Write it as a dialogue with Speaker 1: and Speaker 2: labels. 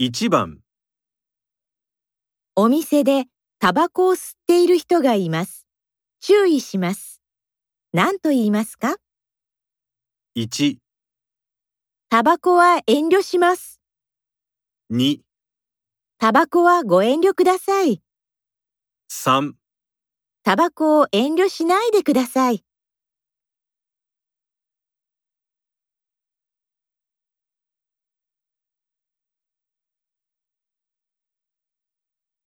Speaker 1: 1番、
Speaker 2: お店でタバコを吸っている人がいます。注意します。何と言いますか
Speaker 1: 1、
Speaker 2: タバコは遠慮します。
Speaker 1: 2、
Speaker 2: タバコはご遠慮ください。
Speaker 1: 3
Speaker 2: タバコを遠慮しないでください。